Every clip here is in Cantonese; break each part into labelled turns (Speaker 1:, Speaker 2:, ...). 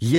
Speaker 1: 以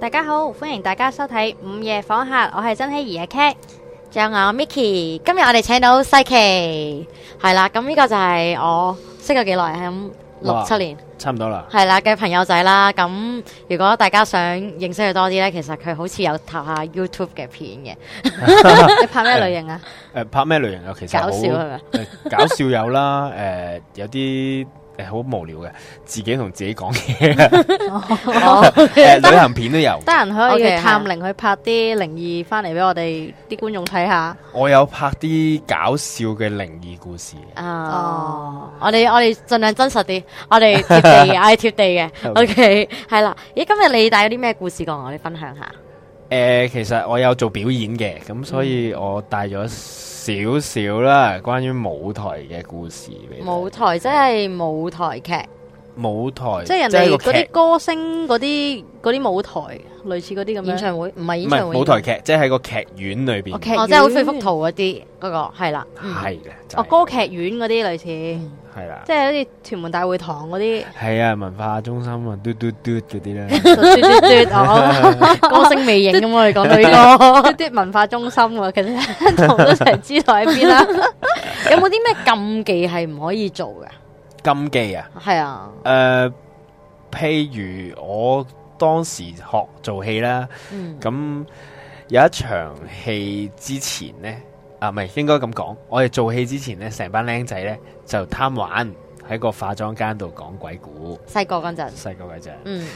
Speaker 2: 大家好，歡迎大家收睇午夜訪客，我係曾希怡嘅 Cat。
Speaker 3: 仲有我 Micky，今日我哋請到西奇，係啦，咁呢個就係我識咗幾耐啊，咁六
Speaker 4: 哇
Speaker 3: 七年，
Speaker 4: 差唔多啦。
Speaker 3: 係啦嘅朋友仔啦。咁如果大家想認識佢多啲呢，其實佢好似有拍下 YouTube 嘅片 嘅，
Speaker 2: 你拍咩類型 啊？
Speaker 4: 誒拍咩類型啊？其實
Speaker 3: 搞笑係
Speaker 4: 好
Speaker 3: 咪？
Speaker 4: 誒搞笑有啦， 誒有啲誒好無聊嘅，自己同自己講 嘢，
Speaker 3: 哦
Speaker 4: 誒旅行片都有。
Speaker 2: 得閒可以
Speaker 3: OK，
Speaker 2: 探靈去拍啲靈異翻嚟俾我哋啲觀眾睇下。
Speaker 4: 我有拍啲搞笑嘅靈異故事，
Speaker 3: 哦，我哋我哋盡量真實啲，我哋貼 地嘅，我哋貼地嘅
Speaker 4: OK
Speaker 3: ，OK，係啦。咦，今日你帶咗啲咩故事過我哋分享下？
Speaker 4: 誒其實我有做表演嘅，咁所以
Speaker 2: 嗯
Speaker 4: 我帶咗少少啦，關於舞台嘅故事俾你
Speaker 3: 舞台即係舞台劇，
Speaker 4: 舞台，
Speaker 2: 即係
Speaker 4: 係
Speaker 2: 人哋
Speaker 4: 個
Speaker 2: 嗰
Speaker 4: 劇
Speaker 2: 啲歌星嗰啲嗰啲舞台，類似嗰啲咁
Speaker 3: 演
Speaker 2: 樣。
Speaker 3: 唱會唔係
Speaker 4: 唔
Speaker 3: 演唱
Speaker 4: 係
Speaker 3: 會，
Speaker 4: 舞台劇，即係喺個劇院裏邊
Speaker 2: 哦，劇
Speaker 3: 哦，
Speaker 2: 院
Speaker 3: 即係好似幅圖嗰啲嗰個係 啦。
Speaker 4: 係嘅，就
Speaker 2: 哦
Speaker 4: 係
Speaker 2: 歌劇院嗰啲類似，
Speaker 4: 係啦
Speaker 2: 即，係好似屯門大會堂嗰啲
Speaker 4: 係啊，文化中心啊，嘟嘟嘟嗰啲 咧。
Speaker 2: 嘟嘟嘟嘟哦
Speaker 3: 歌星未影咁我 哋講到呢個，
Speaker 2: 嘟嘟文化中心喎，其實同都成知道喺邊啦。
Speaker 3: 有冇啲咩禁忌係唔可以做嘅？
Speaker 4: 禁忌啊，
Speaker 3: 係啊，
Speaker 4: 誒、譬如我當時學做戲啦，
Speaker 3: 嗯，
Speaker 4: 咁、有一場戲之前呢，啊唔係應該咁講，我哋做戲之前呢，成班僆仔呢就貪玩喺個化妝間度講鬼故，
Speaker 3: 細個嗰陣，
Speaker 4: 細個嗰陣，
Speaker 3: 嗯，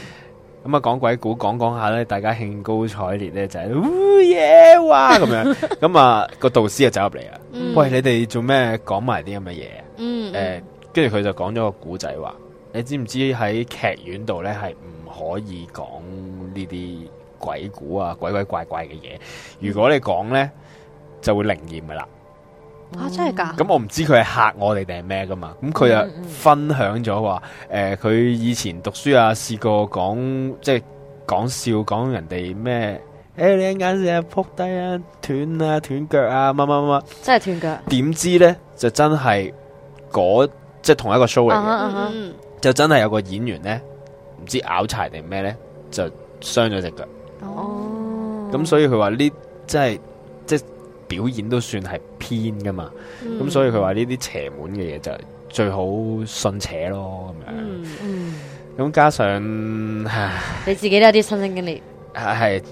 Speaker 4: 咁啊講鬼故講講下呢，大家興高采烈呢，就係烏耶哇咁樣，咁啊個導師就走入嚟啊，
Speaker 2: 嗯
Speaker 4: 喂你哋做咩講埋啲咁嘅嘢啊？
Speaker 2: 嗯，
Speaker 4: 誒，跟住佢就講咗個古仔話，你知唔知喺劇院度呢係唔可以講呢啲鬼故啊、鬼鬼怪怪嘅嘢？如果你講呢，就會靈驗噶啦。
Speaker 2: 啊真係㗎
Speaker 4: 咁我唔知佢係嚇我哋定係咩噶嘛？咁佢
Speaker 3: 哦嗯
Speaker 4: 就分享咗話，誒、佢以前讀書啊，試過講即係講笑講人哋咩？誒、你一陣間成日撲低啊、斷啊、斷腳啊，乜乜乜乜。
Speaker 3: 真係斷腳。
Speaker 4: 點知呢，就真係嗰即係同一個 show 嚟嘅。
Speaker 3: 啊哈
Speaker 2: 嗯嗯
Speaker 4: 就真係有個演員呢，唔知拗柴定咩呢，就傷咗隻腳。
Speaker 2: 嗯哦，
Speaker 3: 哦
Speaker 4: 咁、所以佢話呢，即係即係表演都算係偏噶嘛。咁、
Speaker 2: 嗯
Speaker 4: 所以佢話呢啲邪門嘅嘢就最好信邪咯咁樣。咁、
Speaker 2: 嗯
Speaker 3: 嗯，
Speaker 4: 加上唉
Speaker 3: 你自己都有啲親身經歷，
Speaker 4: 係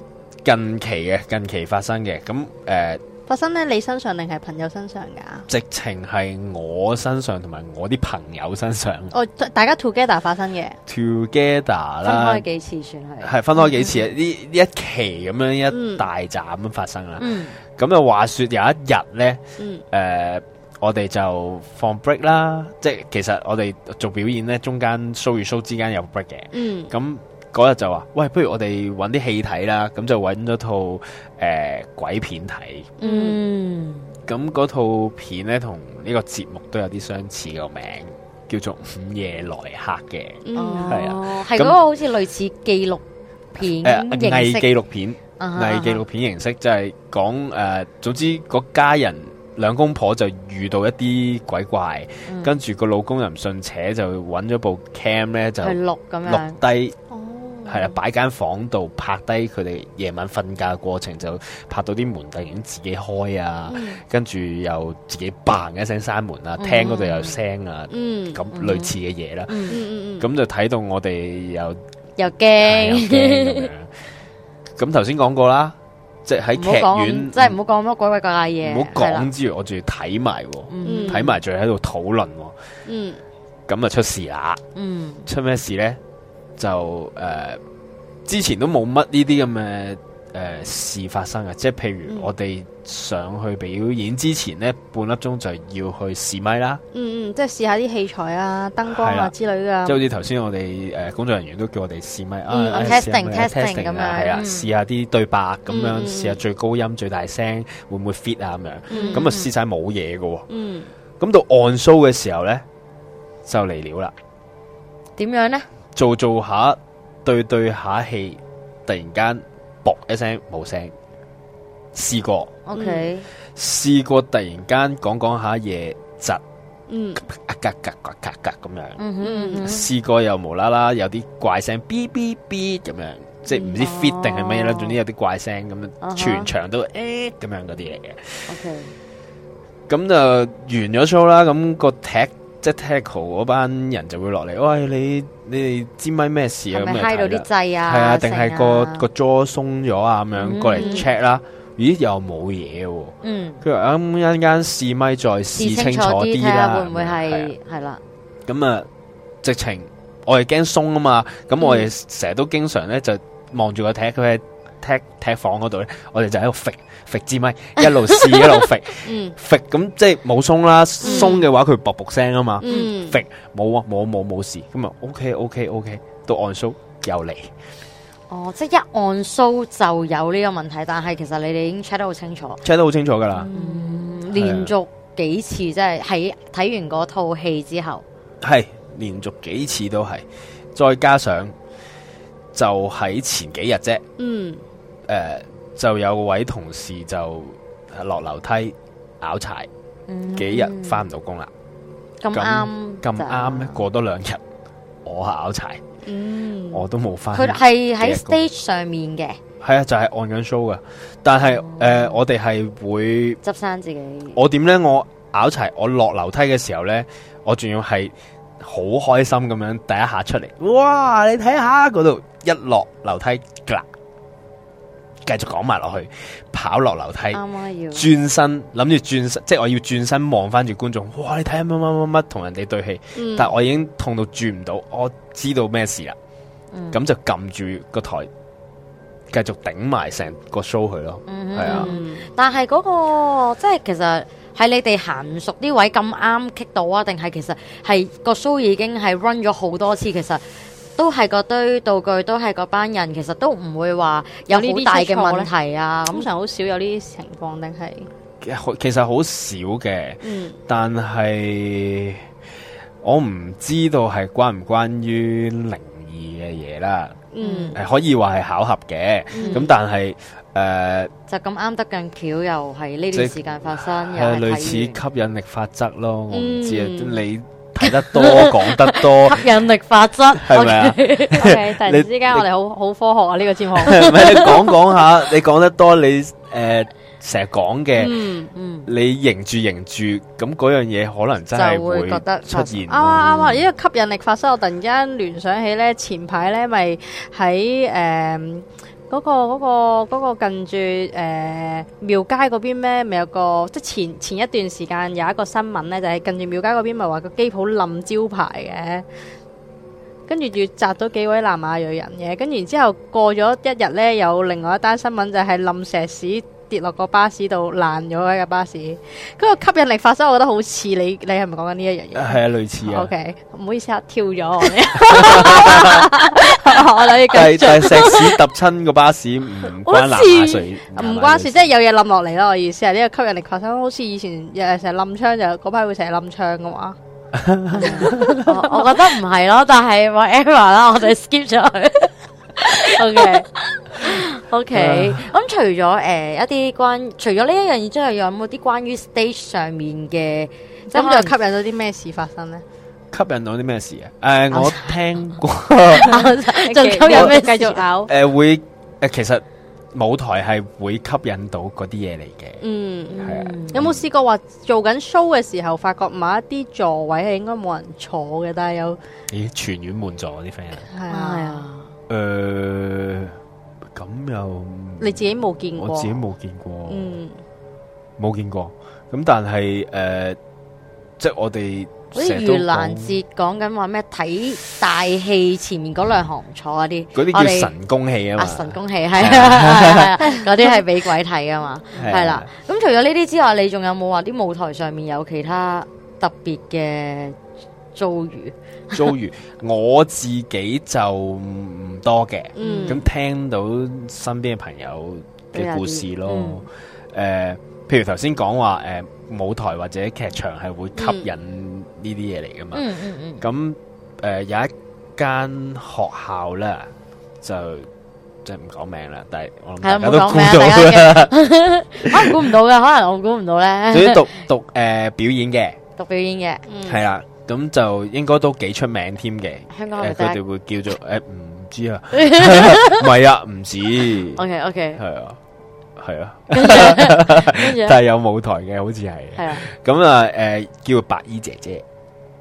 Speaker 4: 近期嘅，近期發生嘅。咁誒、呃
Speaker 2: 發生喺你身上定係朋友身上㗎？
Speaker 4: 直情係我身上同埋我啲朋友身上
Speaker 2: 哦，大家 together 發生嘅，
Speaker 4: together
Speaker 3: 分
Speaker 4: 啦
Speaker 3: 開，幾次算係。
Speaker 4: 係分開幾
Speaker 3: 嗯
Speaker 4: 次呢呢一期咁樣
Speaker 2: 嗯
Speaker 4: 一大站咁發生啦。
Speaker 3: 嗯
Speaker 4: 咁就話說有一日呢，
Speaker 2: 嗯
Speaker 4: 誒、我哋就放 break 啦，即係其實我哋做表演呢，中間 show 與 show 之間有 break 嘅。
Speaker 2: 嗯
Speaker 4: 咁嗰日就話，喂，不如我哋揾啲戲睇啦，咁就揾咗套誒、鬼片睇。
Speaker 3: 嗯，
Speaker 4: 咁嗰套片呢，同呢個節目都有啲相似個名，叫做《午夜來客》嘅，
Speaker 2: 嗯
Speaker 4: 係
Speaker 3: 哦
Speaker 4: 啊，
Speaker 3: 係嗰個好似類似紀錄片
Speaker 4: 誒
Speaker 3: 形
Speaker 4: 偽
Speaker 3: 式，
Speaker 4: 紀錄片。
Speaker 3: 啊哈
Speaker 4: 係紀錄，片形式，就係講誒，總之嗰家人兩公婆就遇到一啲鬼怪，
Speaker 3: 嗯
Speaker 4: 跟住個老公又唔信邪，就揾咗部 cam 咧就
Speaker 3: 去錄咁
Speaker 4: 錄
Speaker 3: 樣，
Speaker 4: 低，
Speaker 2: 哦，
Speaker 4: 係啦，擺間房度拍低佢哋夜晚瞓覺嘅過程，就拍到啲門突然自己開啊，跟住又自己 bang 一聲閂門啊，
Speaker 3: 嗯
Speaker 4: 廳嗰度有聲啊，
Speaker 2: 嗯，
Speaker 4: 咁
Speaker 3: 嗯
Speaker 4: 類似嘅嘢啦，
Speaker 3: 嗯，
Speaker 2: 嗯嗯嗯，
Speaker 4: 咁就睇到我哋有
Speaker 3: 又
Speaker 4: 係有哎驚
Speaker 3: 驚
Speaker 4: 咁。樣咁頭先講過啦，即係喺
Speaker 3: 唔好講
Speaker 4: 劇院，
Speaker 3: 真係唔好講咁多鬼鬼怪怪嘢。
Speaker 4: 唔好
Speaker 3: 係啦
Speaker 4: 講之餘，我仲要睇埋喎，
Speaker 3: 嗯
Speaker 4: 睇埋仲要喺度討論喎，
Speaker 2: 嗯
Speaker 4: 咁啊出事啦！
Speaker 3: 嗯
Speaker 4: 出咩事呢？就誒、呃之前都冇乜呢啲咁嘅诶事發生嘅，啊即係譬
Speaker 3: 嗯
Speaker 4: 如我哋上去表演之前呢，半粒鐘就要去試咪啦，
Speaker 2: 嗯嗯，即系试下啲器材啊、燈光
Speaker 4: 係啦
Speaker 2: 啊之類噶
Speaker 4: 即係。好似頭先我哋誒工作人員都叫我哋試咪
Speaker 3: 嗯
Speaker 4: 啊
Speaker 3: 我
Speaker 4: 試下咪
Speaker 3: testing，
Speaker 4: 啊
Speaker 3: testing 咁樣
Speaker 4: 啊係啊，
Speaker 3: 嗯
Speaker 4: 試下啲對白咁樣，
Speaker 3: 嗯嗯
Speaker 4: 試下最高音最大聲會唔會 fit 啊咁樣，
Speaker 3: 嗯
Speaker 4: 咁啊試晒冇嘢嘅喎，
Speaker 2: 嗯，
Speaker 4: 咁到 on show 嘅時候呢，就嚟了啦，
Speaker 3: 點樣咧？
Speaker 4: 做做下對對下戲，突然間卟一聲冇聲，試過
Speaker 3: O K，
Speaker 4: 試過突然間講講下嘢窒。
Speaker 2: 嗯
Speaker 4: 啊格格格格格咁樣，
Speaker 3: 嗯哼嗯哼
Speaker 4: 試過又無啦啦有啲怪聲，B B B 咁樣，即係唔知
Speaker 3: 嗯
Speaker 4: fit 定係咩啦，
Speaker 3: 哦
Speaker 4: 總之有啲怪聲咁
Speaker 3: 啊哈
Speaker 4: 樣，全場都誒咁樣嗰啲嚟嘅。
Speaker 3: ，O K，
Speaker 4: 咁就完咗 show 啦，咁個 tech 即係 tackle 嗰班人就會落嚟，喂你你哋支咪咩事啊？
Speaker 3: 係
Speaker 4: 咁
Speaker 3: 咪
Speaker 4: 就
Speaker 3: 嗨到
Speaker 4: 睇
Speaker 3: 啲
Speaker 4: 啦，
Speaker 3: 掣啊？
Speaker 4: 係啊，定係個
Speaker 3: 成啊
Speaker 4: 個 jaw 鬆咗啊？咁樣
Speaker 3: 嗯
Speaker 4: 過嚟 check 啦，咦又冇嘢喎。
Speaker 3: 嗯
Speaker 4: 佢話啱一陣間試咪再試
Speaker 3: 試
Speaker 4: 清
Speaker 3: 清
Speaker 4: 楚
Speaker 3: 楚啲，睇
Speaker 4: 啲
Speaker 3: 下
Speaker 4: 啦，
Speaker 3: 會唔會
Speaker 4: 咁樣係啊
Speaker 3: 係係啦？
Speaker 4: 咁啊，直情我係驚鬆啊嘛，咁我哋成日都經常咧就望住個踢佢喺踢踢房嗰度咧，我哋就喺度揈揈支咪，一路試一路揈
Speaker 2: 嗯
Speaker 4: 揈，咁即係冇鬆啦，鬆嘅話佢卜卜聲啊嘛，
Speaker 2: 嗯
Speaker 4: 揈冇啊冇冇冇事，咁啊 OK OK OK，到按 show 又嚟，
Speaker 3: 哦，即係一按 show 就有呢個問題，但係其實你哋已經 check 得好清楚，
Speaker 4: check 得好清楚噶啦，
Speaker 3: 嗯連續幾次即係喺睇完嗰套戲之後，
Speaker 4: 係連續幾次都係，再加上就喺前幾日啫。
Speaker 2: 嗯
Speaker 4: 誒、就有位同事就落樓梯拗柴，
Speaker 3: 嗯
Speaker 4: 幾日翻唔到工啦。
Speaker 3: 咁啱
Speaker 4: 咁啱咧
Speaker 3: 就，
Speaker 4: 過多兩日我拗柴，
Speaker 2: 嗯，
Speaker 4: 我都冇翻。
Speaker 3: 佢係喺
Speaker 4: 嘅工
Speaker 3: stage 上面嘅
Speaker 4: 係啊，就係按緊 show 噶。但係誒、
Speaker 3: 哦
Speaker 4: 呃我哋係會，
Speaker 3: 執生自己。
Speaker 4: 我點咧？我拗柴，我落樓梯嘅時候咧，我仲要係好開心咁樣第一下出嚟，哇！你睇下嗰度一落樓梯，嗱，繼續講埋落去，跑落樓梯。
Speaker 3: 啱啊，要
Speaker 4: 轉身諗住轉身，即係我要轉身望翻住觀眾，哇！你睇下乜乜乜乜同人哋對戲，
Speaker 2: 嗯
Speaker 4: 但係我已經痛到轉唔到，我知道咩事啦，
Speaker 3: 嗯
Speaker 4: 咁、就撳住個台，繼續頂埋成個 show 佢咯，
Speaker 3: 嗯
Speaker 4: 係啊
Speaker 2: 嗯
Speaker 3: 但係嗰、個即係其實係你哋行唔熟啲位咁啱 kick 到啊，定係其實係個 show 已經係 run 咗好多次，其實都係嗰堆道具，都係嗰班人，其實都唔會話有好大嘅問題啊。
Speaker 2: 通
Speaker 3: 咁
Speaker 2: 常好少有呢啲情況，定
Speaker 4: 其
Speaker 2: 係
Speaker 4: 其實好少嘅，
Speaker 2: 嗯
Speaker 4: 但係我唔知道係關唔關於靈異嘅嘢啦，
Speaker 2: 嗯
Speaker 4: 係可以話係巧合嘅，咁、
Speaker 2: 嗯
Speaker 4: 但係誒。呃
Speaker 3: 就咁啱得咁巧，又係呢段時間發生，又
Speaker 4: 係啊
Speaker 3: 係
Speaker 4: 類
Speaker 3: 睇
Speaker 4: 似吸引力法則咯，我唔知啊。
Speaker 2: 嗯
Speaker 4: 你睇得多，講得多，
Speaker 3: 完吸引力法則，
Speaker 4: 係咪啊？
Speaker 2: ，OK，突然
Speaker 4: 你
Speaker 2: 之間我哋好好科學啊呢個節目，
Speaker 4: 係咪你講講下，你講得多，你诶成日講嘅，
Speaker 2: 嗯。
Speaker 3: 嗯，
Speaker 4: 你凝住凝住，咁嗰樣嘢可能真係
Speaker 3: 就會
Speaker 4: 會
Speaker 3: 覺得
Speaker 4: 出現
Speaker 2: 啱啊啱啊！
Speaker 4: 咯。
Speaker 2: 呢個吸引力法則，我突然間聯想起咧，前排咧咪喺誒嗰個嗰、個嗰、個近住誒、呃、廟街嗰邊咧，咪有個即係前前一段時間有一個新聞咧，就係、近住廟街嗰邊咪話個機鋪冧招牌嘅。跟住要砸咗幾位南亞裔人嘅，跟住然之後過咗一日呢，有另外一單新聞就係冧石屎跌落個巴士度爛咗喺個巴士，嗰、個吸引力法則我覺得好似你你係咪講緊呢一樣嘢？
Speaker 4: 係啊，類似啊
Speaker 2: O。K，唔好意思啊，跳咗我哋，我哋
Speaker 4: 但 係
Speaker 2: 繼續
Speaker 4: 但係石屎揼親個巴士唔關南亞水，
Speaker 2: 唔關事，即
Speaker 4: 係
Speaker 2: 係有嘢冧落嚟咯。我意思係呢個吸引力發生，好似以前日日成日冧窗就嗰排會成日冧窗噶嘛。
Speaker 3: 我我覺得唔係咯，但係 whatever 啦，我哋 skip 咗佢。
Speaker 2: O K，
Speaker 3: O K，咁除咗誒、呃一啲關，除咗呢一樣嘢之外，有冇啲關於 stage 上面嘅，即
Speaker 2: 咁
Speaker 3: 係
Speaker 2: 就
Speaker 3: 就
Speaker 2: 吸引咗啲咩事發生呢？
Speaker 4: 吸引到啲咩事啊？诶，我聽過。
Speaker 3: 仲吸引咩事啊
Speaker 2: 繼續拗？
Speaker 4: 诶、會会诶、其實舞台係會吸引到嗰啲嘢嚟嘅，
Speaker 2: 嗯，
Speaker 4: 係啊、
Speaker 2: 有冇試過話做緊 show 嘅時候，發覺某一啲座位係應該冇人坐嘅，但係有
Speaker 4: 咦，全院滿座嗰啲 friend 啊？
Speaker 2: 係
Speaker 3: 係
Speaker 2: 啊，
Speaker 3: 啊，
Speaker 4: 诶、呃咁又
Speaker 2: 你自己冇見過？
Speaker 4: 我自己冇見過，
Speaker 2: 嗯
Speaker 4: 呃冇、見過。咁但係诶、誒即係我哋
Speaker 3: 好似盂蘭節講緊話咩睇大戲前面嗰兩行唔坐嗰啲，
Speaker 4: 嗰啲
Speaker 3: 我
Speaker 4: 叫
Speaker 3: 哋
Speaker 4: 神功戲啊嘛，
Speaker 3: 啊神功戲係啊係啊係啊嗰啲係俾鬼睇啊嘛，
Speaker 4: 係啊
Speaker 3: 係啦。。咁除咗呢啲之外，你仲有冇話啲舞台上面有其他特別嘅遭遇？
Speaker 4: 遭遇我自己就唔多嘅，
Speaker 2: 嗯
Speaker 4: 咁聽到身邊嘅朋友嘅故事咯，誒
Speaker 3: 嗯、
Speaker 4: 譬如頭先講話誒舞台或者劇場係會吸引呢啲嘢嚟噶嘛，
Speaker 3: 嗯嗯嗯，
Speaker 4: 咁誒、呃有一間學校咧，就即係唔講名啦，但係我諗
Speaker 3: 係
Speaker 4: 大
Speaker 3: 啦，
Speaker 4: 家
Speaker 3: 冇
Speaker 4: 都
Speaker 3: 講
Speaker 4: 估
Speaker 3: 名啊，大
Speaker 4: 到
Speaker 3: 家
Speaker 4: 啦，
Speaker 3: 嘅可能估唔到嘅，可能我估唔到
Speaker 4: 總之
Speaker 3: 咧。
Speaker 4: 讀 讀誒、呃表演嘅
Speaker 3: 讀表演
Speaker 4: 係啦，咁就應該都幾出名添嘅，
Speaker 3: 嘅，香港
Speaker 4: 誒
Speaker 3: 係
Speaker 4: 佢
Speaker 3: 咪
Speaker 4: 哋
Speaker 3: 得
Speaker 4: 會叫做誒唔知 啊，唔係啊，唔止係
Speaker 3: ？OK OK，
Speaker 4: 啊。系啊，
Speaker 3: 跟住
Speaker 4: 但系有舞台嘅，好似系
Speaker 3: 係啦，
Speaker 4: 咁啊。诶、叫白衣姐姐，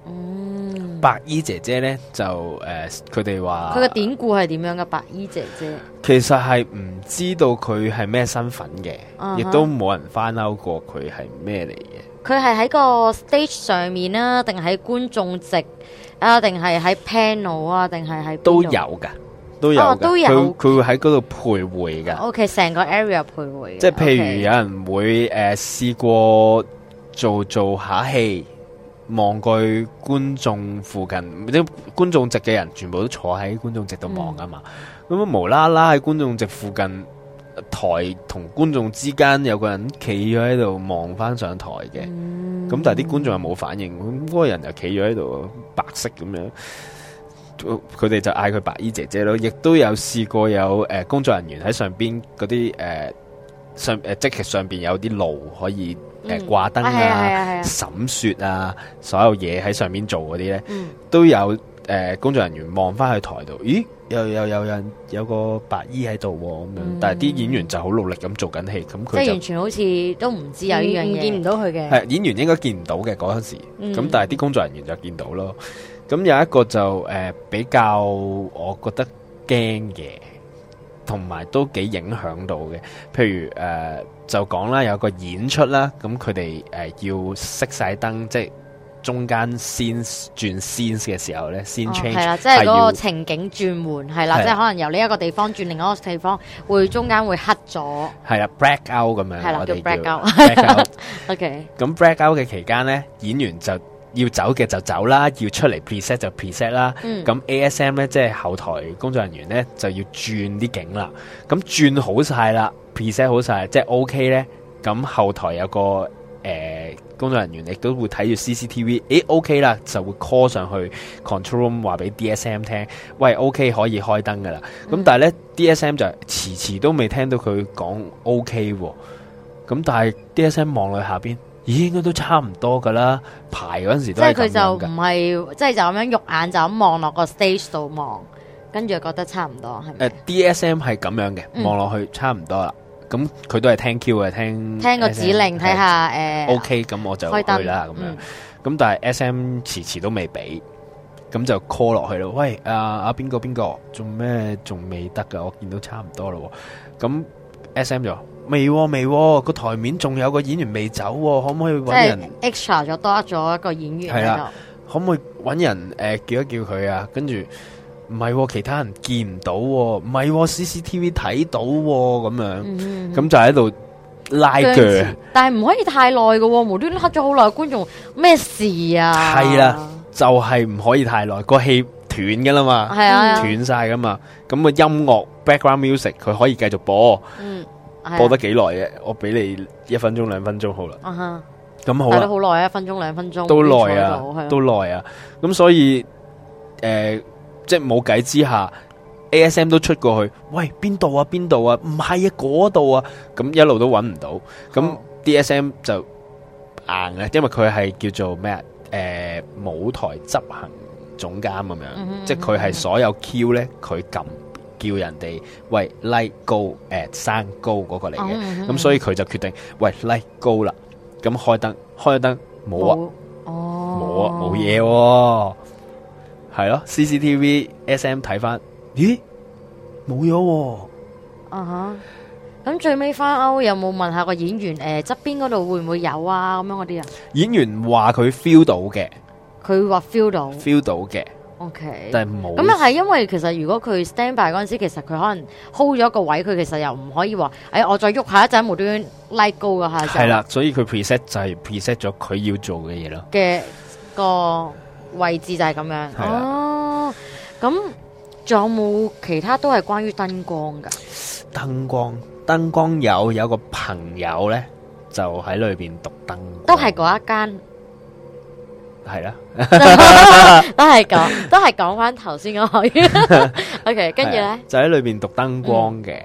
Speaker 3: 嗯，
Speaker 4: 白衣姐姐咧就诶，佢哋话
Speaker 3: 佢嘅典故係點樣嘅？白衣姐姐，
Speaker 4: 其實係唔知道佢係咩身份嘅，
Speaker 3: 啊哈
Speaker 4: 亦都冇人翻嬲過佢係咩嚟嘅。
Speaker 3: 佢係喺個 stage 上面啦，定喺觀眾席啊，定係喺 panel 啊，定係喺邊度
Speaker 4: 都。有噶，都有
Speaker 3: 哦
Speaker 4: 㗎
Speaker 3: 都有
Speaker 4: 佢佢會喺嗰度徘徊噶。
Speaker 3: 哦 OK，成個 area 徘徊嘅，
Speaker 4: 即係譬如
Speaker 3: OK
Speaker 4: 有人會诶试、試過做做下戲，望過去觀眾附近，啲觀眾席嘅人全部都坐喺觀眾席度望啊嘛。咁、啊無啦啦喺觀眾席附近台同觀眾之間有個人企咗喺度望翻上台嘅。
Speaker 3: 嗯
Speaker 4: 咁但係啲觀眾又冇反應，咁嗰個人就企咗喺度白色咁樣，佢哋就嗌佢白衣姐姐咯。亦都有試過有诶、呃工作人員喺上邊嗰啲呃诶上诶即係上邊有啲路可以诶
Speaker 2: 嗯
Speaker 4: 掛燈
Speaker 3: 啊，係啊係
Speaker 4: 啊、
Speaker 3: 啊係啊，
Speaker 4: 審雪啊，所有嘢喺上面做嗰啲咧，
Speaker 3: 嗯
Speaker 4: 都有诶、呃工作人員望翻去台度，咦又又有人有個白衣喺度喎咁樣，
Speaker 3: 嗯
Speaker 4: 但係啲演員就好努力咁做緊戲，咁
Speaker 3: 即
Speaker 4: 佢
Speaker 3: 係
Speaker 4: 就
Speaker 3: 完全好似都唔知有呢樣
Speaker 2: 唔見唔
Speaker 3: 嘢，
Speaker 2: 到佢嘅。
Speaker 4: 係演員應該見嗯唔到嘅嗰陣時。
Speaker 3: 嗯
Speaker 4: 咁、但係啲工作人員就見到咯。咁有一個就诶、呃比較，我覺得驚嘅，同埋都幾影響到嘅。譬如诶、呃就講啦，有個演出啦，咁佢哋诶要熄晒燈，即係中間先轉 scene 嘅時候咧，先
Speaker 3: 哦
Speaker 4: change
Speaker 3: 係啦，即係嗰
Speaker 4: 要
Speaker 3: 個情景轉換係啦，
Speaker 4: 係啊
Speaker 3: 即係可能由呢一個地方轉另一個地方，會中間會黑咗
Speaker 4: 係啦 break out 咁樣，
Speaker 3: 係啦
Speaker 4: 我
Speaker 3: 叫
Speaker 4: 哋
Speaker 3: break out
Speaker 4: break out。
Speaker 3: ，OK，
Speaker 4: 咁 break out 嘅期間咧，演員就要走嘅就走啦，要出嚟 preset 就 preset 啦。
Speaker 3: 嗯，
Speaker 4: 咁 ASM 咧，即係後台工作人員咧，就要轉啲景啦。咁轉好晒啦，preset 好晒，即係 OK 咧。咁後台有個誒、呃工作人員亦都會睇住 CCTV，咦 OK 啦，就會 call 上去 control room 話俾 DSM 聽，喂 OK 可以開燈噶啦。咁
Speaker 3: 嗯
Speaker 4: 但係咧 DSM 就遲遲都未聽到佢講 OK 喎。咁但係 DSM 望落去下邊，咦應該都差唔多噶啦，排嗰陣時
Speaker 3: 即
Speaker 4: 都
Speaker 3: 係
Speaker 4: 係
Speaker 3: 佢
Speaker 4: 咁樣
Speaker 3: 就
Speaker 4: 㗎
Speaker 3: 唔係即係就咁樣肉眼就咁望落個 stage 度望，跟住覺得差唔多係
Speaker 4: 誒
Speaker 3: 咪？
Speaker 4: DSM 係咁樣嘅，
Speaker 3: 嗯
Speaker 4: 望落去差唔多啦。咁佢都係聽 Q 嘅，聽
Speaker 3: 聽個指令睇下誒
Speaker 4: 係。OK，咁我就
Speaker 3: 開燈
Speaker 4: 去啦咁樣
Speaker 3: 嗯。
Speaker 4: 咁但係 SM 遲遲都未俾，咁就 call 落去咯。喂，啊啊邊個邊個做咩仲未得㗎？我見到差唔多咯喎。咁 SM 就話未喎未喎，個台面仲有個演員未走喎，可唔可以
Speaker 3: 即
Speaker 4: 揾人
Speaker 3: 係？extra 咗多咗一個演員
Speaker 4: 係
Speaker 3: 喺
Speaker 4: 啦
Speaker 3: 度，
Speaker 4: 可唔可以揾人誒、呃叫一叫佢啊？跟住唔係喎，其他人見唔到喎，唔係喎，CCTV 睇到喎，咁樣
Speaker 3: 嗯嗯
Speaker 4: 咁、就喺度拉
Speaker 3: 僵
Speaker 4: 鋸
Speaker 3: 持，但係唔可以太耐嘅喎，無端端黑咗好耐，觀眾咩事啊？
Speaker 4: 係啦，就係、唔可以太耐，個戲斷㗎啦嘛，
Speaker 3: 係啊，
Speaker 4: 斷晒㗎嘛。咁、個音樂 background music 佢可以繼續播，
Speaker 2: 嗯，
Speaker 3: 係啊
Speaker 4: 播得幾耐嘅？我俾你一分鐘兩分鐘好啦。
Speaker 3: 啊哈，
Speaker 4: 咁好
Speaker 3: 睇得
Speaker 4: 啦，
Speaker 3: 好耐啊，一分鐘兩分鐘
Speaker 4: 都耐啊
Speaker 3: 邊坐到係，
Speaker 4: 都耐啊。咁所以誒、呃即係冇計之下。ASM 都出過去，喂邊度啊邊度啊，唔係啊嗰度啊，咁一路都揾唔到，咁
Speaker 3: 哦
Speaker 4: DSM 就硬啊，因為佢係叫做咩啊？誒、舞台執行總監咁樣，
Speaker 3: 嗯哼
Speaker 4: 即係佢係所有 Q 咧，佢撳叫人哋喂 like 高誒、生高嗰個嚟嘅，咁、
Speaker 3: 嘅
Speaker 4: 所以佢就決定喂 like 高啦，咁開燈開燈冇啊。，
Speaker 3: 哦，
Speaker 4: 冇啊，冇，嘢喎，係咯，CCTV SM 睇翻，咦，冇咗喎，
Speaker 3: 啊哈。咁最尾翻歐有冇問下個呃演員誒側邊嗰度會唔會有啊？咁樣嗰啲啊，
Speaker 4: 演員話佢 feel 到嘅，
Speaker 3: 佢話 feel 到
Speaker 4: feel 到嘅，
Speaker 3: ，OK。
Speaker 4: 但係冇
Speaker 3: 咁啊係因為其實如果佢 stand by 嗰陣時，其實佢可能 hold 咗個位，佢其實又唔可以話，誒、我再喐下一陣無端端拉高嗰下就
Speaker 4: 係啦，所以佢 preset 就係 preset 咗佢要做嘅嘢咯。
Speaker 3: 嘅個位置就係咁樣。
Speaker 4: 係啦
Speaker 3: 哦，咁仲有冇其他都係關於燈光㗎？
Speaker 4: 哦燈光燈光有有個朋友咧，就喺裏邊讀燈光，
Speaker 3: 都係嗰一 間。
Speaker 4: 係啦，
Speaker 3: 都係講，都係講翻頭先嗰個。O K，跟住
Speaker 4: 係
Speaker 3: 咧
Speaker 4: 啊，就喺裏邊讀燈光嘅。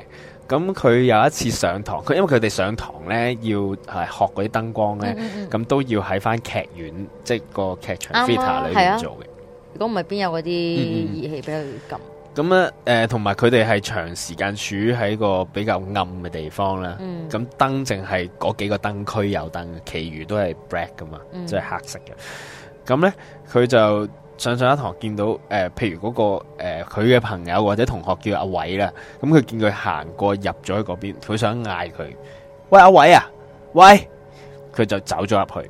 Speaker 4: 咁佢有一次上堂，佢因為佢哋上堂咧要係學嗰啲燈光咧
Speaker 3: 嗯，嗯嗯
Speaker 4: 咁都要喺翻劇院即係個劇場
Speaker 3: 啱啊
Speaker 4: theatre 裏
Speaker 3: 係啊
Speaker 4: 邊做嘅。
Speaker 3: 如果唔係邊有嗰啲
Speaker 4: 嗯嗯
Speaker 3: 儀器俾佢撳？
Speaker 4: 咁啊咧，誒、同埋佢哋係長時間處於喺個比較暗嘅地方啦。
Speaker 3: 嗯
Speaker 4: 咁、燈淨係嗰幾個燈區有燈，其餘都係 black 噶嘛，
Speaker 3: 嗯
Speaker 4: 即係黑色嘅。咁咧，佢就上上一堂見到誒、呃譬如嗰、個呃佢嘅、朋友或者同學叫阿偉啦，咁佢見佢行過入咗去嗰邊，佢想嗌佢，喂阿偉啊，喂，佢就走咗入去，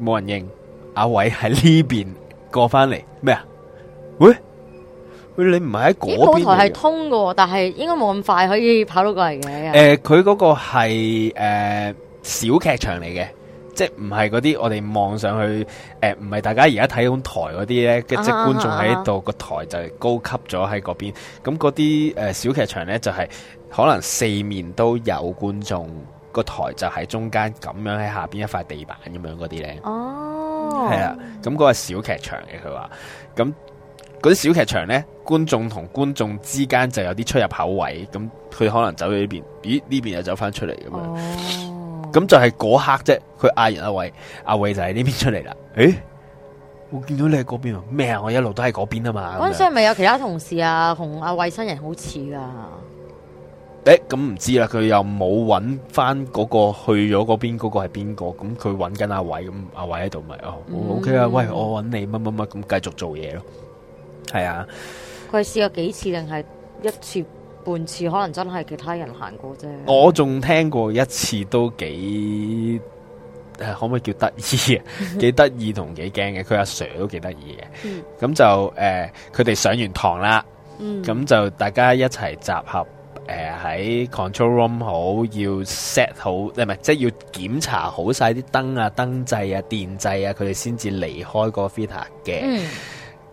Speaker 4: 冇人應。阿偉喺呢邊過翻嚟咩啊？喂喂，你唔係喺
Speaker 3: 咦，
Speaker 4: 嗰
Speaker 3: 舞
Speaker 4: 邊嚟
Speaker 3: 台係
Speaker 4: 嘅？
Speaker 3: 通嘅喎，但係應該冇咁快可以跑到過嚟嘅。
Speaker 4: 诶、呃佢嗰個係诶、小劇場嚟嘅，即系唔係嗰啲我哋望上去诶，唔、係大家而家睇緊台嗰啲咧，嘅即係
Speaker 3: 啊啊
Speaker 4: 觀眾喺度個台就係高級咗喺嗰邊。咁嗰啲诶小劇場咧就係可能四面都有觀眾，個台就喺中間咁樣喺下邊一塊地板咁樣嗰啲咧。
Speaker 3: 哦，
Speaker 4: 係啊，咁嗰個係小劇場嘅，佢話咁嗰啲小劇場呢，觀眾同觀眾之間就有啲出入口位，咁佢可能走咗呢邊，咦呢邊又走翻出嚟咁啊樣，
Speaker 3: 哦，
Speaker 4: 咁就係嗰刻啫，佢嗌完阿偉，阿偉就喺呢邊出嚟啦，誒，我見到你喺嗰邊喎，咩啊？我一路都喺嗰邊啊嘛，
Speaker 3: 嗰陣
Speaker 4: 咁
Speaker 3: 時
Speaker 4: 樣
Speaker 3: 係咪有其他同事啊，同阿衞生人好似㗎？
Speaker 4: 誒咁唔知啦，佢又冇揾翻嗰個去咗嗰邊嗰個係邊個，咁佢揾緊阿偉，咁阿偉喺度咪哦
Speaker 3: 嗯
Speaker 4: ，OK 啊，喂，我揾你乜乜乜，咁繼續做嘢咯，係啊。
Speaker 3: 佢試過幾次定係一次半次？可能真係其他人行過啫。
Speaker 4: 我仲聽過一次都幾誒可唔可以叫得 意啊？幾得意同幾驚嘅，佢阿 Sir 都幾得意嘅
Speaker 2: 嗯。
Speaker 4: 咁就誒，呃佢哋上完堂啦，
Speaker 2: 嗯，
Speaker 4: 咁就大家一齊集合。誒喺 control room 好，要 set 好，呃唔係即係要檢查好晒啲燈啊、燈掣啊、電掣啊，佢哋先至離開個 fita 嘅。
Speaker 3: 嗯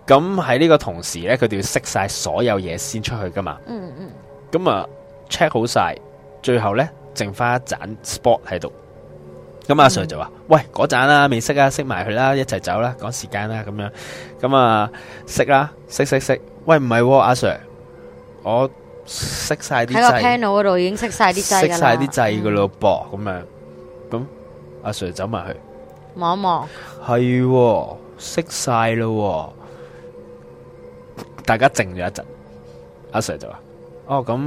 Speaker 4: 咁喺呢個同時呢，佢哋要熄晒所有嘢先出去噶嘛。
Speaker 3: 嗯嗯，
Speaker 4: 咁啊 check 好晒，最後呢，剩翻一盞 spot 喺度。咁
Speaker 3: 嗯
Speaker 4: 阿 Sir 就話：，喂，嗰盞啦，未熄啊，熄埋佢啦，一齊走啦，趕時間啦，咁樣。咁啊，熄啦，熄熄熄。喂，唔係喎，阿 Sir，我熄晒啲
Speaker 3: 喺個
Speaker 4: 掣，
Speaker 3: panel 嗰度已經熄晒啲掣㗎啦。
Speaker 4: 熄晒啲掣噶咯噃，咁樣。咁阿 Sir 走埋去。
Speaker 3: 嗯，望一望。
Speaker 4: 系熄晒咯喎，大家靜咗一陣，阿 Sir 就話：，哦，咁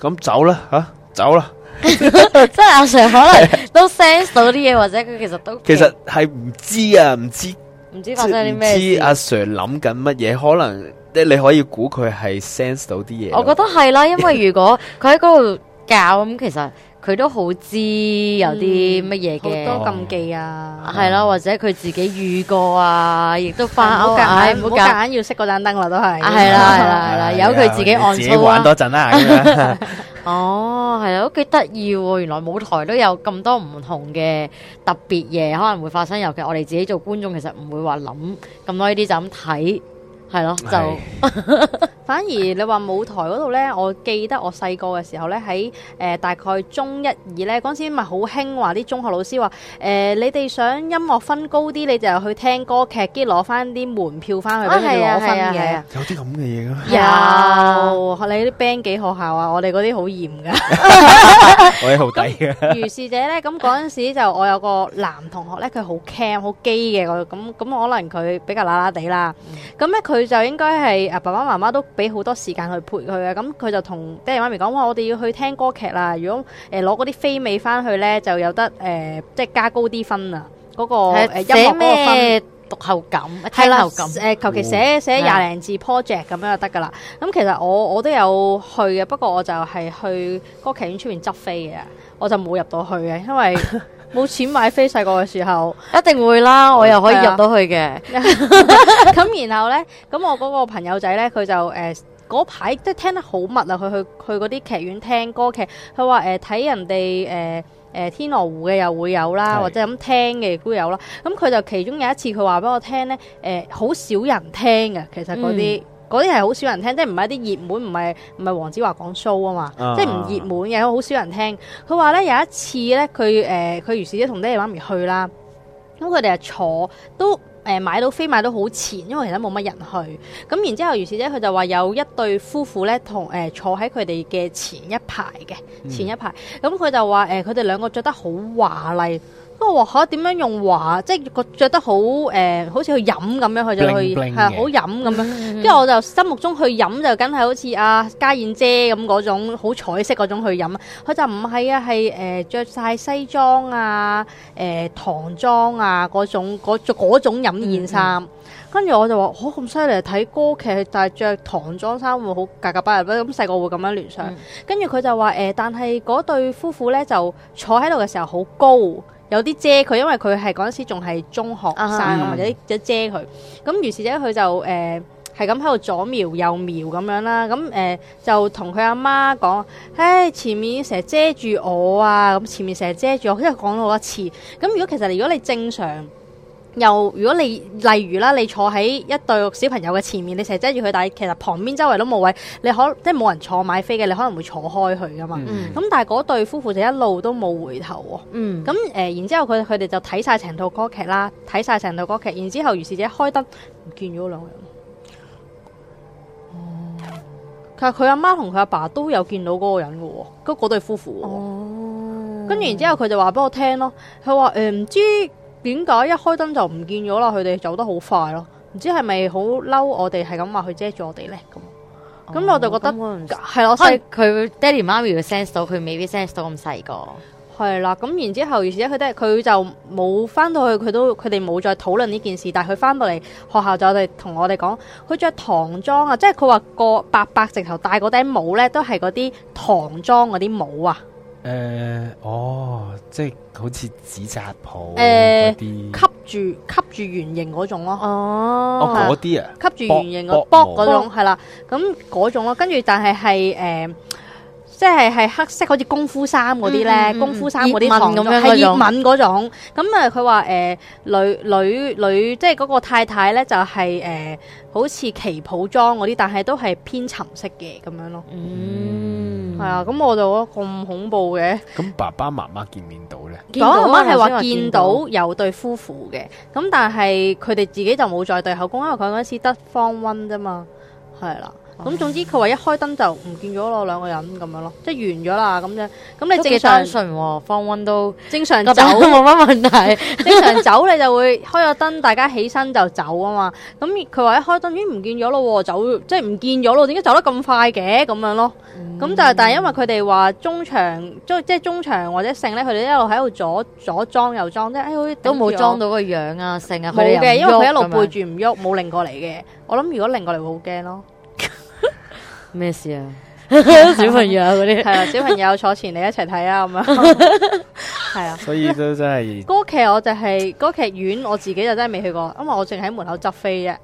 Speaker 4: 咁走啦吓、啊走啦。
Speaker 3: 即系阿 Sir 可能都 sense 到啲嘢，或者佢其實都
Speaker 4: 其實係唔知啊，唔知
Speaker 3: 唔知
Speaker 4: 即
Speaker 3: 發生
Speaker 4: 係
Speaker 3: 啲
Speaker 4: 唔
Speaker 3: 咩
Speaker 4: 知
Speaker 3: 事。
Speaker 4: 啊阿 Sir 諗緊乜嘢，可能即係你可以估佢係 sense 到啲嘢咯。
Speaker 3: 我覺得係啦，因為如果佢喺嗰度教咁，其實佢都好知有
Speaker 4: 嗯
Speaker 3: 啲乜嘢
Speaker 2: 好
Speaker 3: 嘅，
Speaker 2: 多禁忌啊，
Speaker 3: 係啦，或者佢自己遇過啊，亦都翻
Speaker 2: 唔
Speaker 3: 屋
Speaker 2: 好
Speaker 3: 啊，
Speaker 2: 夾
Speaker 3: 唔
Speaker 2: 硬，唔
Speaker 3: 好
Speaker 2: 好
Speaker 3: 夾。
Speaker 2: 夾硬要熄嗰盞燈啦，都係，
Speaker 3: 啊係 啦係啦係啦，
Speaker 4: 係
Speaker 3: 由佢自己
Speaker 4: 哎你
Speaker 3: 按
Speaker 4: 自己
Speaker 3: 操
Speaker 4: 玩
Speaker 3: 啊。
Speaker 4: 多陣啦。咁樣
Speaker 3: 哦，係啊，都幾得意喎！原來舞台都有咁多唔同嘅特別嘢可能會發生，尤其我哋自己做觀眾，其實唔會話諗咁多呢啲，就咁睇，係咯，
Speaker 4: 係
Speaker 3: 就
Speaker 2: 反而你話舞台嗰度呢，我記得我細個嘅時候呢，喺誒、呃大概中一二呢，嗰陣時咪好興話啲中學老師話誒、呃你哋想音樂分高啲，你就去聽歌劇，跟住攞翻啲門票翻去，跟住
Speaker 3: 係啊
Speaker 2: 攞分
Speaker 3: 係係
Speaker 2: 嘅。
Speaker 4: 有啲咁嘅嘢 噶，
Speaker 3: 係啊
Speaker 2: 有你啲 band 幾學校啊？我哋嗰啲好嚴㗎。
Speaker 4: 我係好低 嘅。
Speaker 2: 如是者咧，咁嗰陣時就我有個男同學咧，佢好 cam 好基嘅，我咁咁可能佢比較乸乸地啦。
Speaker 3: 嗯
Speaker 2: 咁咧佢就應該係啊爸爸媽媽都俾好多時間去陪佢嘅，咁佢就同爹哋媽咪講話，我哋要去聽歌劇啦。如果誒攞嗰啲飛尾翻去咧，就有得誒、呃即係加高啲分啊，嗰、個
Speaker 3: 係
Speaker 2: 呃音樂
Speaker 3: 寫
Speaker 2: 嗰個分。
Speaker 3: 咩讀後感、
Speaker 2: 係
Speaker 3: 聽
Speaker 2: 啦，
Speaker 3: 後感。
Speaker 2: 誒求其寫寫廿零字 project 咁樣就得噶啦。咁其實我我都有去嘅，不過我就係去歌劇院出面執飛嘅，我就冇入到去嘅，因為冇錢買飛細個嘅時候，
Speaker 3: 一定會啦，我又可以
Speaker 2: 係
Speaker 3: 入
Speaker 2: 啊
Speaker 3: 到去嘅。
Speaker 2: 咁然後咧，咁我嗰個朋友仔咧，佢就誒。嗰排都聽得好密啊！佢去去嗰啲劇院聽歌劇，佢話誒睇人哋呃誒誒天鵝湖嘅又會有啦，
Speaker 4: 係
Speaker 2: 或者咁聽嘅亦都有啦。咁佢就其中有一次佢話俾我聽咧，誒、好少人聽嘅，其實嗰啲嗰啲係好少人聽，即係唔係一啲熱門，唔係唔係黃子華講 show 啊嘛，
Speaker 4: 啊
Speaker 2: 即係唔熱門嘅，好少人聽。佢話咧有一次咧，佢誒佢如是者同爹哋媽咪去啦，咁佢哋係坐都誒、呃、買到飛買到好前，因為其實冇乜人去。咁然之後，如是者佢就話有一對夫婦咧同誒坐喺佢哋嘅前一排嘅。
Speaker 4: 嗯
Speaker 2: 前一排，咁佢就話誒，佢哋兩個着得好華麗。咁我話嚇點樣用華，即係個着得好誒、好似去飲咁樣，佢就去
Speaker 4: Bling bling
Speaker 2: 係
Speaker 4: 嘅
Speaker 2: 好飲咁樣。
Speaker 3: 嗯
Speaker 2: 跟住我就心目中去飲就梗係好似阿家燕姐咁嗰種好彩色嗰種去飲。佢就唔係啊，係誒著晒西裝啊、誒、唐裝啊嗰種嗰嗰種飲現衫。跟住我就話：哦，咁犀利！睇歌劇，但係着唐裝衫會好格格不入咧。咁細個會咁樣聯想。跟住佢就話誒、呃但係嗰對夫婦咧就坐喺度嘅時候好高，有啲遮佢，因為佢係嗰陣時仲係中學生
Speaker 3: 啊
Speaker 2: 咁嘛，有啲有啲遮佢。咁於是者佢就誒係咁喺度左瞄右瞄咁樣啦。咁誒、呃就同佢阿媽講：，唉，前面成日遮住我啊！咁前面成日遮住我，因為講咗好多次。咁如果其實如果你正常。又如果你例如啦，你坐喺一對小朋友嘅前面，你成日遮住佢，但係其實旁邊周圍都冇位，你可即係冇人坐買飛嘅，你可能會坐開佢噶嘛。咁、
Speaker 4: 嗯
Speaker 2: 但係嗰對夫婦就一路都冇回頭喎、
Speaker 3: 嗯，
Speaker 2: 咁誒、呃然之後佢佢哋就睇晒成套歌劇啦，睇晒成套歌劇，然之後如是者開燈唔見咗兩個人。佢話佢阿媽同佢阿爸都有見到嗰個人嘅喎，嗰嗰對夫婦喎。
Speaker 3: 哦
Speaker 2: 跟住然之後佢就話俾我聽咯，佢話誒唔知點解一開燈就唔見咗啦，佢哋走得好快咯，唔知係咪好嬲我哋係咁話佢遮住我哋咧咁。咁我就覺得係啦我
Speaker 3: 可能
Speaker 2: 細
Speaker 3: 佢爹哋媽咪會 sense 到，佢未必 sense 到咁細個。
Speaker 2: 係啦，咁然之後，而且佢都係佢就冇翻到去，佢都佢哋冇再討論呢件事，但係佢翻到嚟學校就我哋同我哋講，佢着唐裝啊，即係佢話個伯伯直頭戴嗰頂帽咧，都係嗰啲唐裝嗰啲帽啊，
Speaker 4: 诶，哦，即系好似紙紮鋪
Speaker 2: 誒
Speaker 3: 呃
Speaker 4: 嗰啲，
Speaker 2: 吸住吸住圓形嗰種咯。
Speaker 4: 嗯哦
Speaker 3: 哦
Speaker 4: 嗰啲啊，
Speaker 2: 吸住圓形個
Speaker 4: 卜
Speaker 2: 卜嗰種係啦，咁嗰種咯，跟住但係係誒。即係係黑色，好似功夫衫嗰
Speaker 3: 嗯
Speaker 2: 啲咧
Speaker 3: 嗯，嗯
Speaker 2: 功夫衫嗰啲
Speaker 3: 葉問
Speaker 2: 唐裝
Speaker 3: 咁樣嗰種
Speaker 2: 係葉問嗰種。咁啊，佢話誒女女女，即係嗰個太太咧，就係、誒、好似旗袍裝嗰啲，但係都係偏沉色嘅咁樣咯。
Speaker 3: 嗯
Speaker 2: 係啊，咁我就覺得咁恐怖嘅。
Speaker 4: 咁爸爸媽媽見唔見到咧？
Speaker 2: 爸爸媽媽係話見
Speaker 3: 見
Speaker 2: 到有對夫婦嘅，咁但係佢哋自己就冇再對口供，因為佢嗰陣時得方温啫嘛，係啦。咁總之佢話一開燈就唔見咗咯，兩個人咁樣咯，即係完咗啦咁樣。咁你
Speaker 3: 都
Speaker 2: 正
Speaker 3: 幾
Speaker 2: 常
Speaker 3: 單純喎，方温都
Speaker 2: 正常
Speaker 3: 覺得
Speaker 2: 走
Speaker 3: 冇乜 問題。
Speaker 2: 正常走你就會開咗燈，大家起身就走啊嘛。咁佢話一開燈咦唔見咗咯喎，走即係唔見咗咯，點解走得咁快嘅咁樣咯？咁就
Speaker 3: 嗯
Speaker 2: 係但係因為佢哋話中場即即係中場或者剩咧，佢哋一路喺度左左裝右裝，即係哎好似
Speaker 3: 都冇裝
Speaker 2: 裝
Speaker 3: 到個樣啊，成日
Speaker 2: 冇嘅，因為佢一路背
Speaker 3: 住
Speaker 2: 住唔喐，冇擰過嚟嘅。我諗如果擰過嚟會好 驚咯。
Speaker 3: 咩事 啊？小朋友 嗰
Speaker 2: 係
Speaker 3: 啲
Speaker 2: 啊，小朋友坐前你一齊睇啊， 咁樣係啊。
Speaker 4: 所以都真係
Speaker 2: 歌劇我就係、歌劇院，我自己就真係未去過，因為我淨喺門口執飛啫。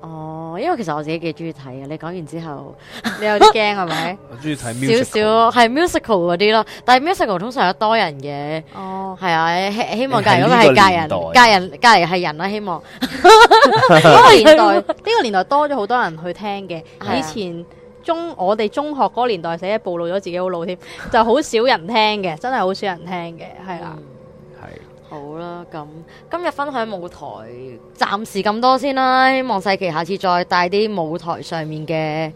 Speaker 3: 哦，因為其實我自己幾中意睇啊。你講完之後，
Speaker 2: 你有啲驚係咪？
Speaker 4: 我中意睇
Speaker 3: 少
Speaker 4: musical
Speaker 3: 少係 musical 嗰啲咯，但係 musical 通常有多人嘅，
Speaker 2: 哦，
Speaker 3: 係啊，希希望
Speaker 4: 你
Speaker 3: 隔離嗰
Speaker 4: 喺呢
Speaker 3: 個係
Speaker 4: 個
Speaker 3: 隔人，
Speaker 4: 年
Speaker 3: 隔人隔離係人啦，希望
Speaker 2: 呢個年代呢個年代多咗好多人去聽嘅。
Speaker 3: 係啊
Speaker 2: 以前中我哋中學嗰個年代，寫暴露咗自己好老添，就好少人聽嘅，真係好少人聽嘅，係啦。
Speaker 4: 係
Speaker 3: 好啦，咁今日分享舞台，暫時咁多先啦。希望世琪下次再帶啲舞台上面嘅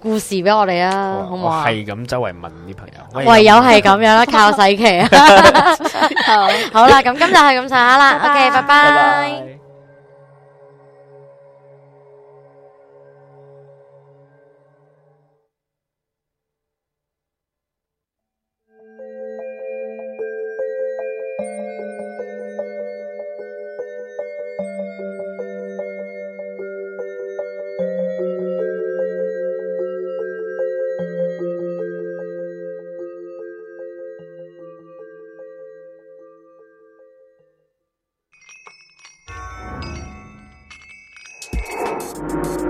Speaker 3: 故事俾我哋啊，好唔好
Speaker 4: 我
Speaker 3: 啊？
Speaker 4: 係咁周圍問啲朋友，喂
Speaker 3: 唯有係咁樣啦，靠世琪 啊！
Speaker 2: 好
Speaker 3: 好啦，咁今日係咁上下啦
Speaker 2: 拜拜
Speaker 3: ，OK，拜拜。
Speaker 4: 拜拜。
Speaker 1: 啦。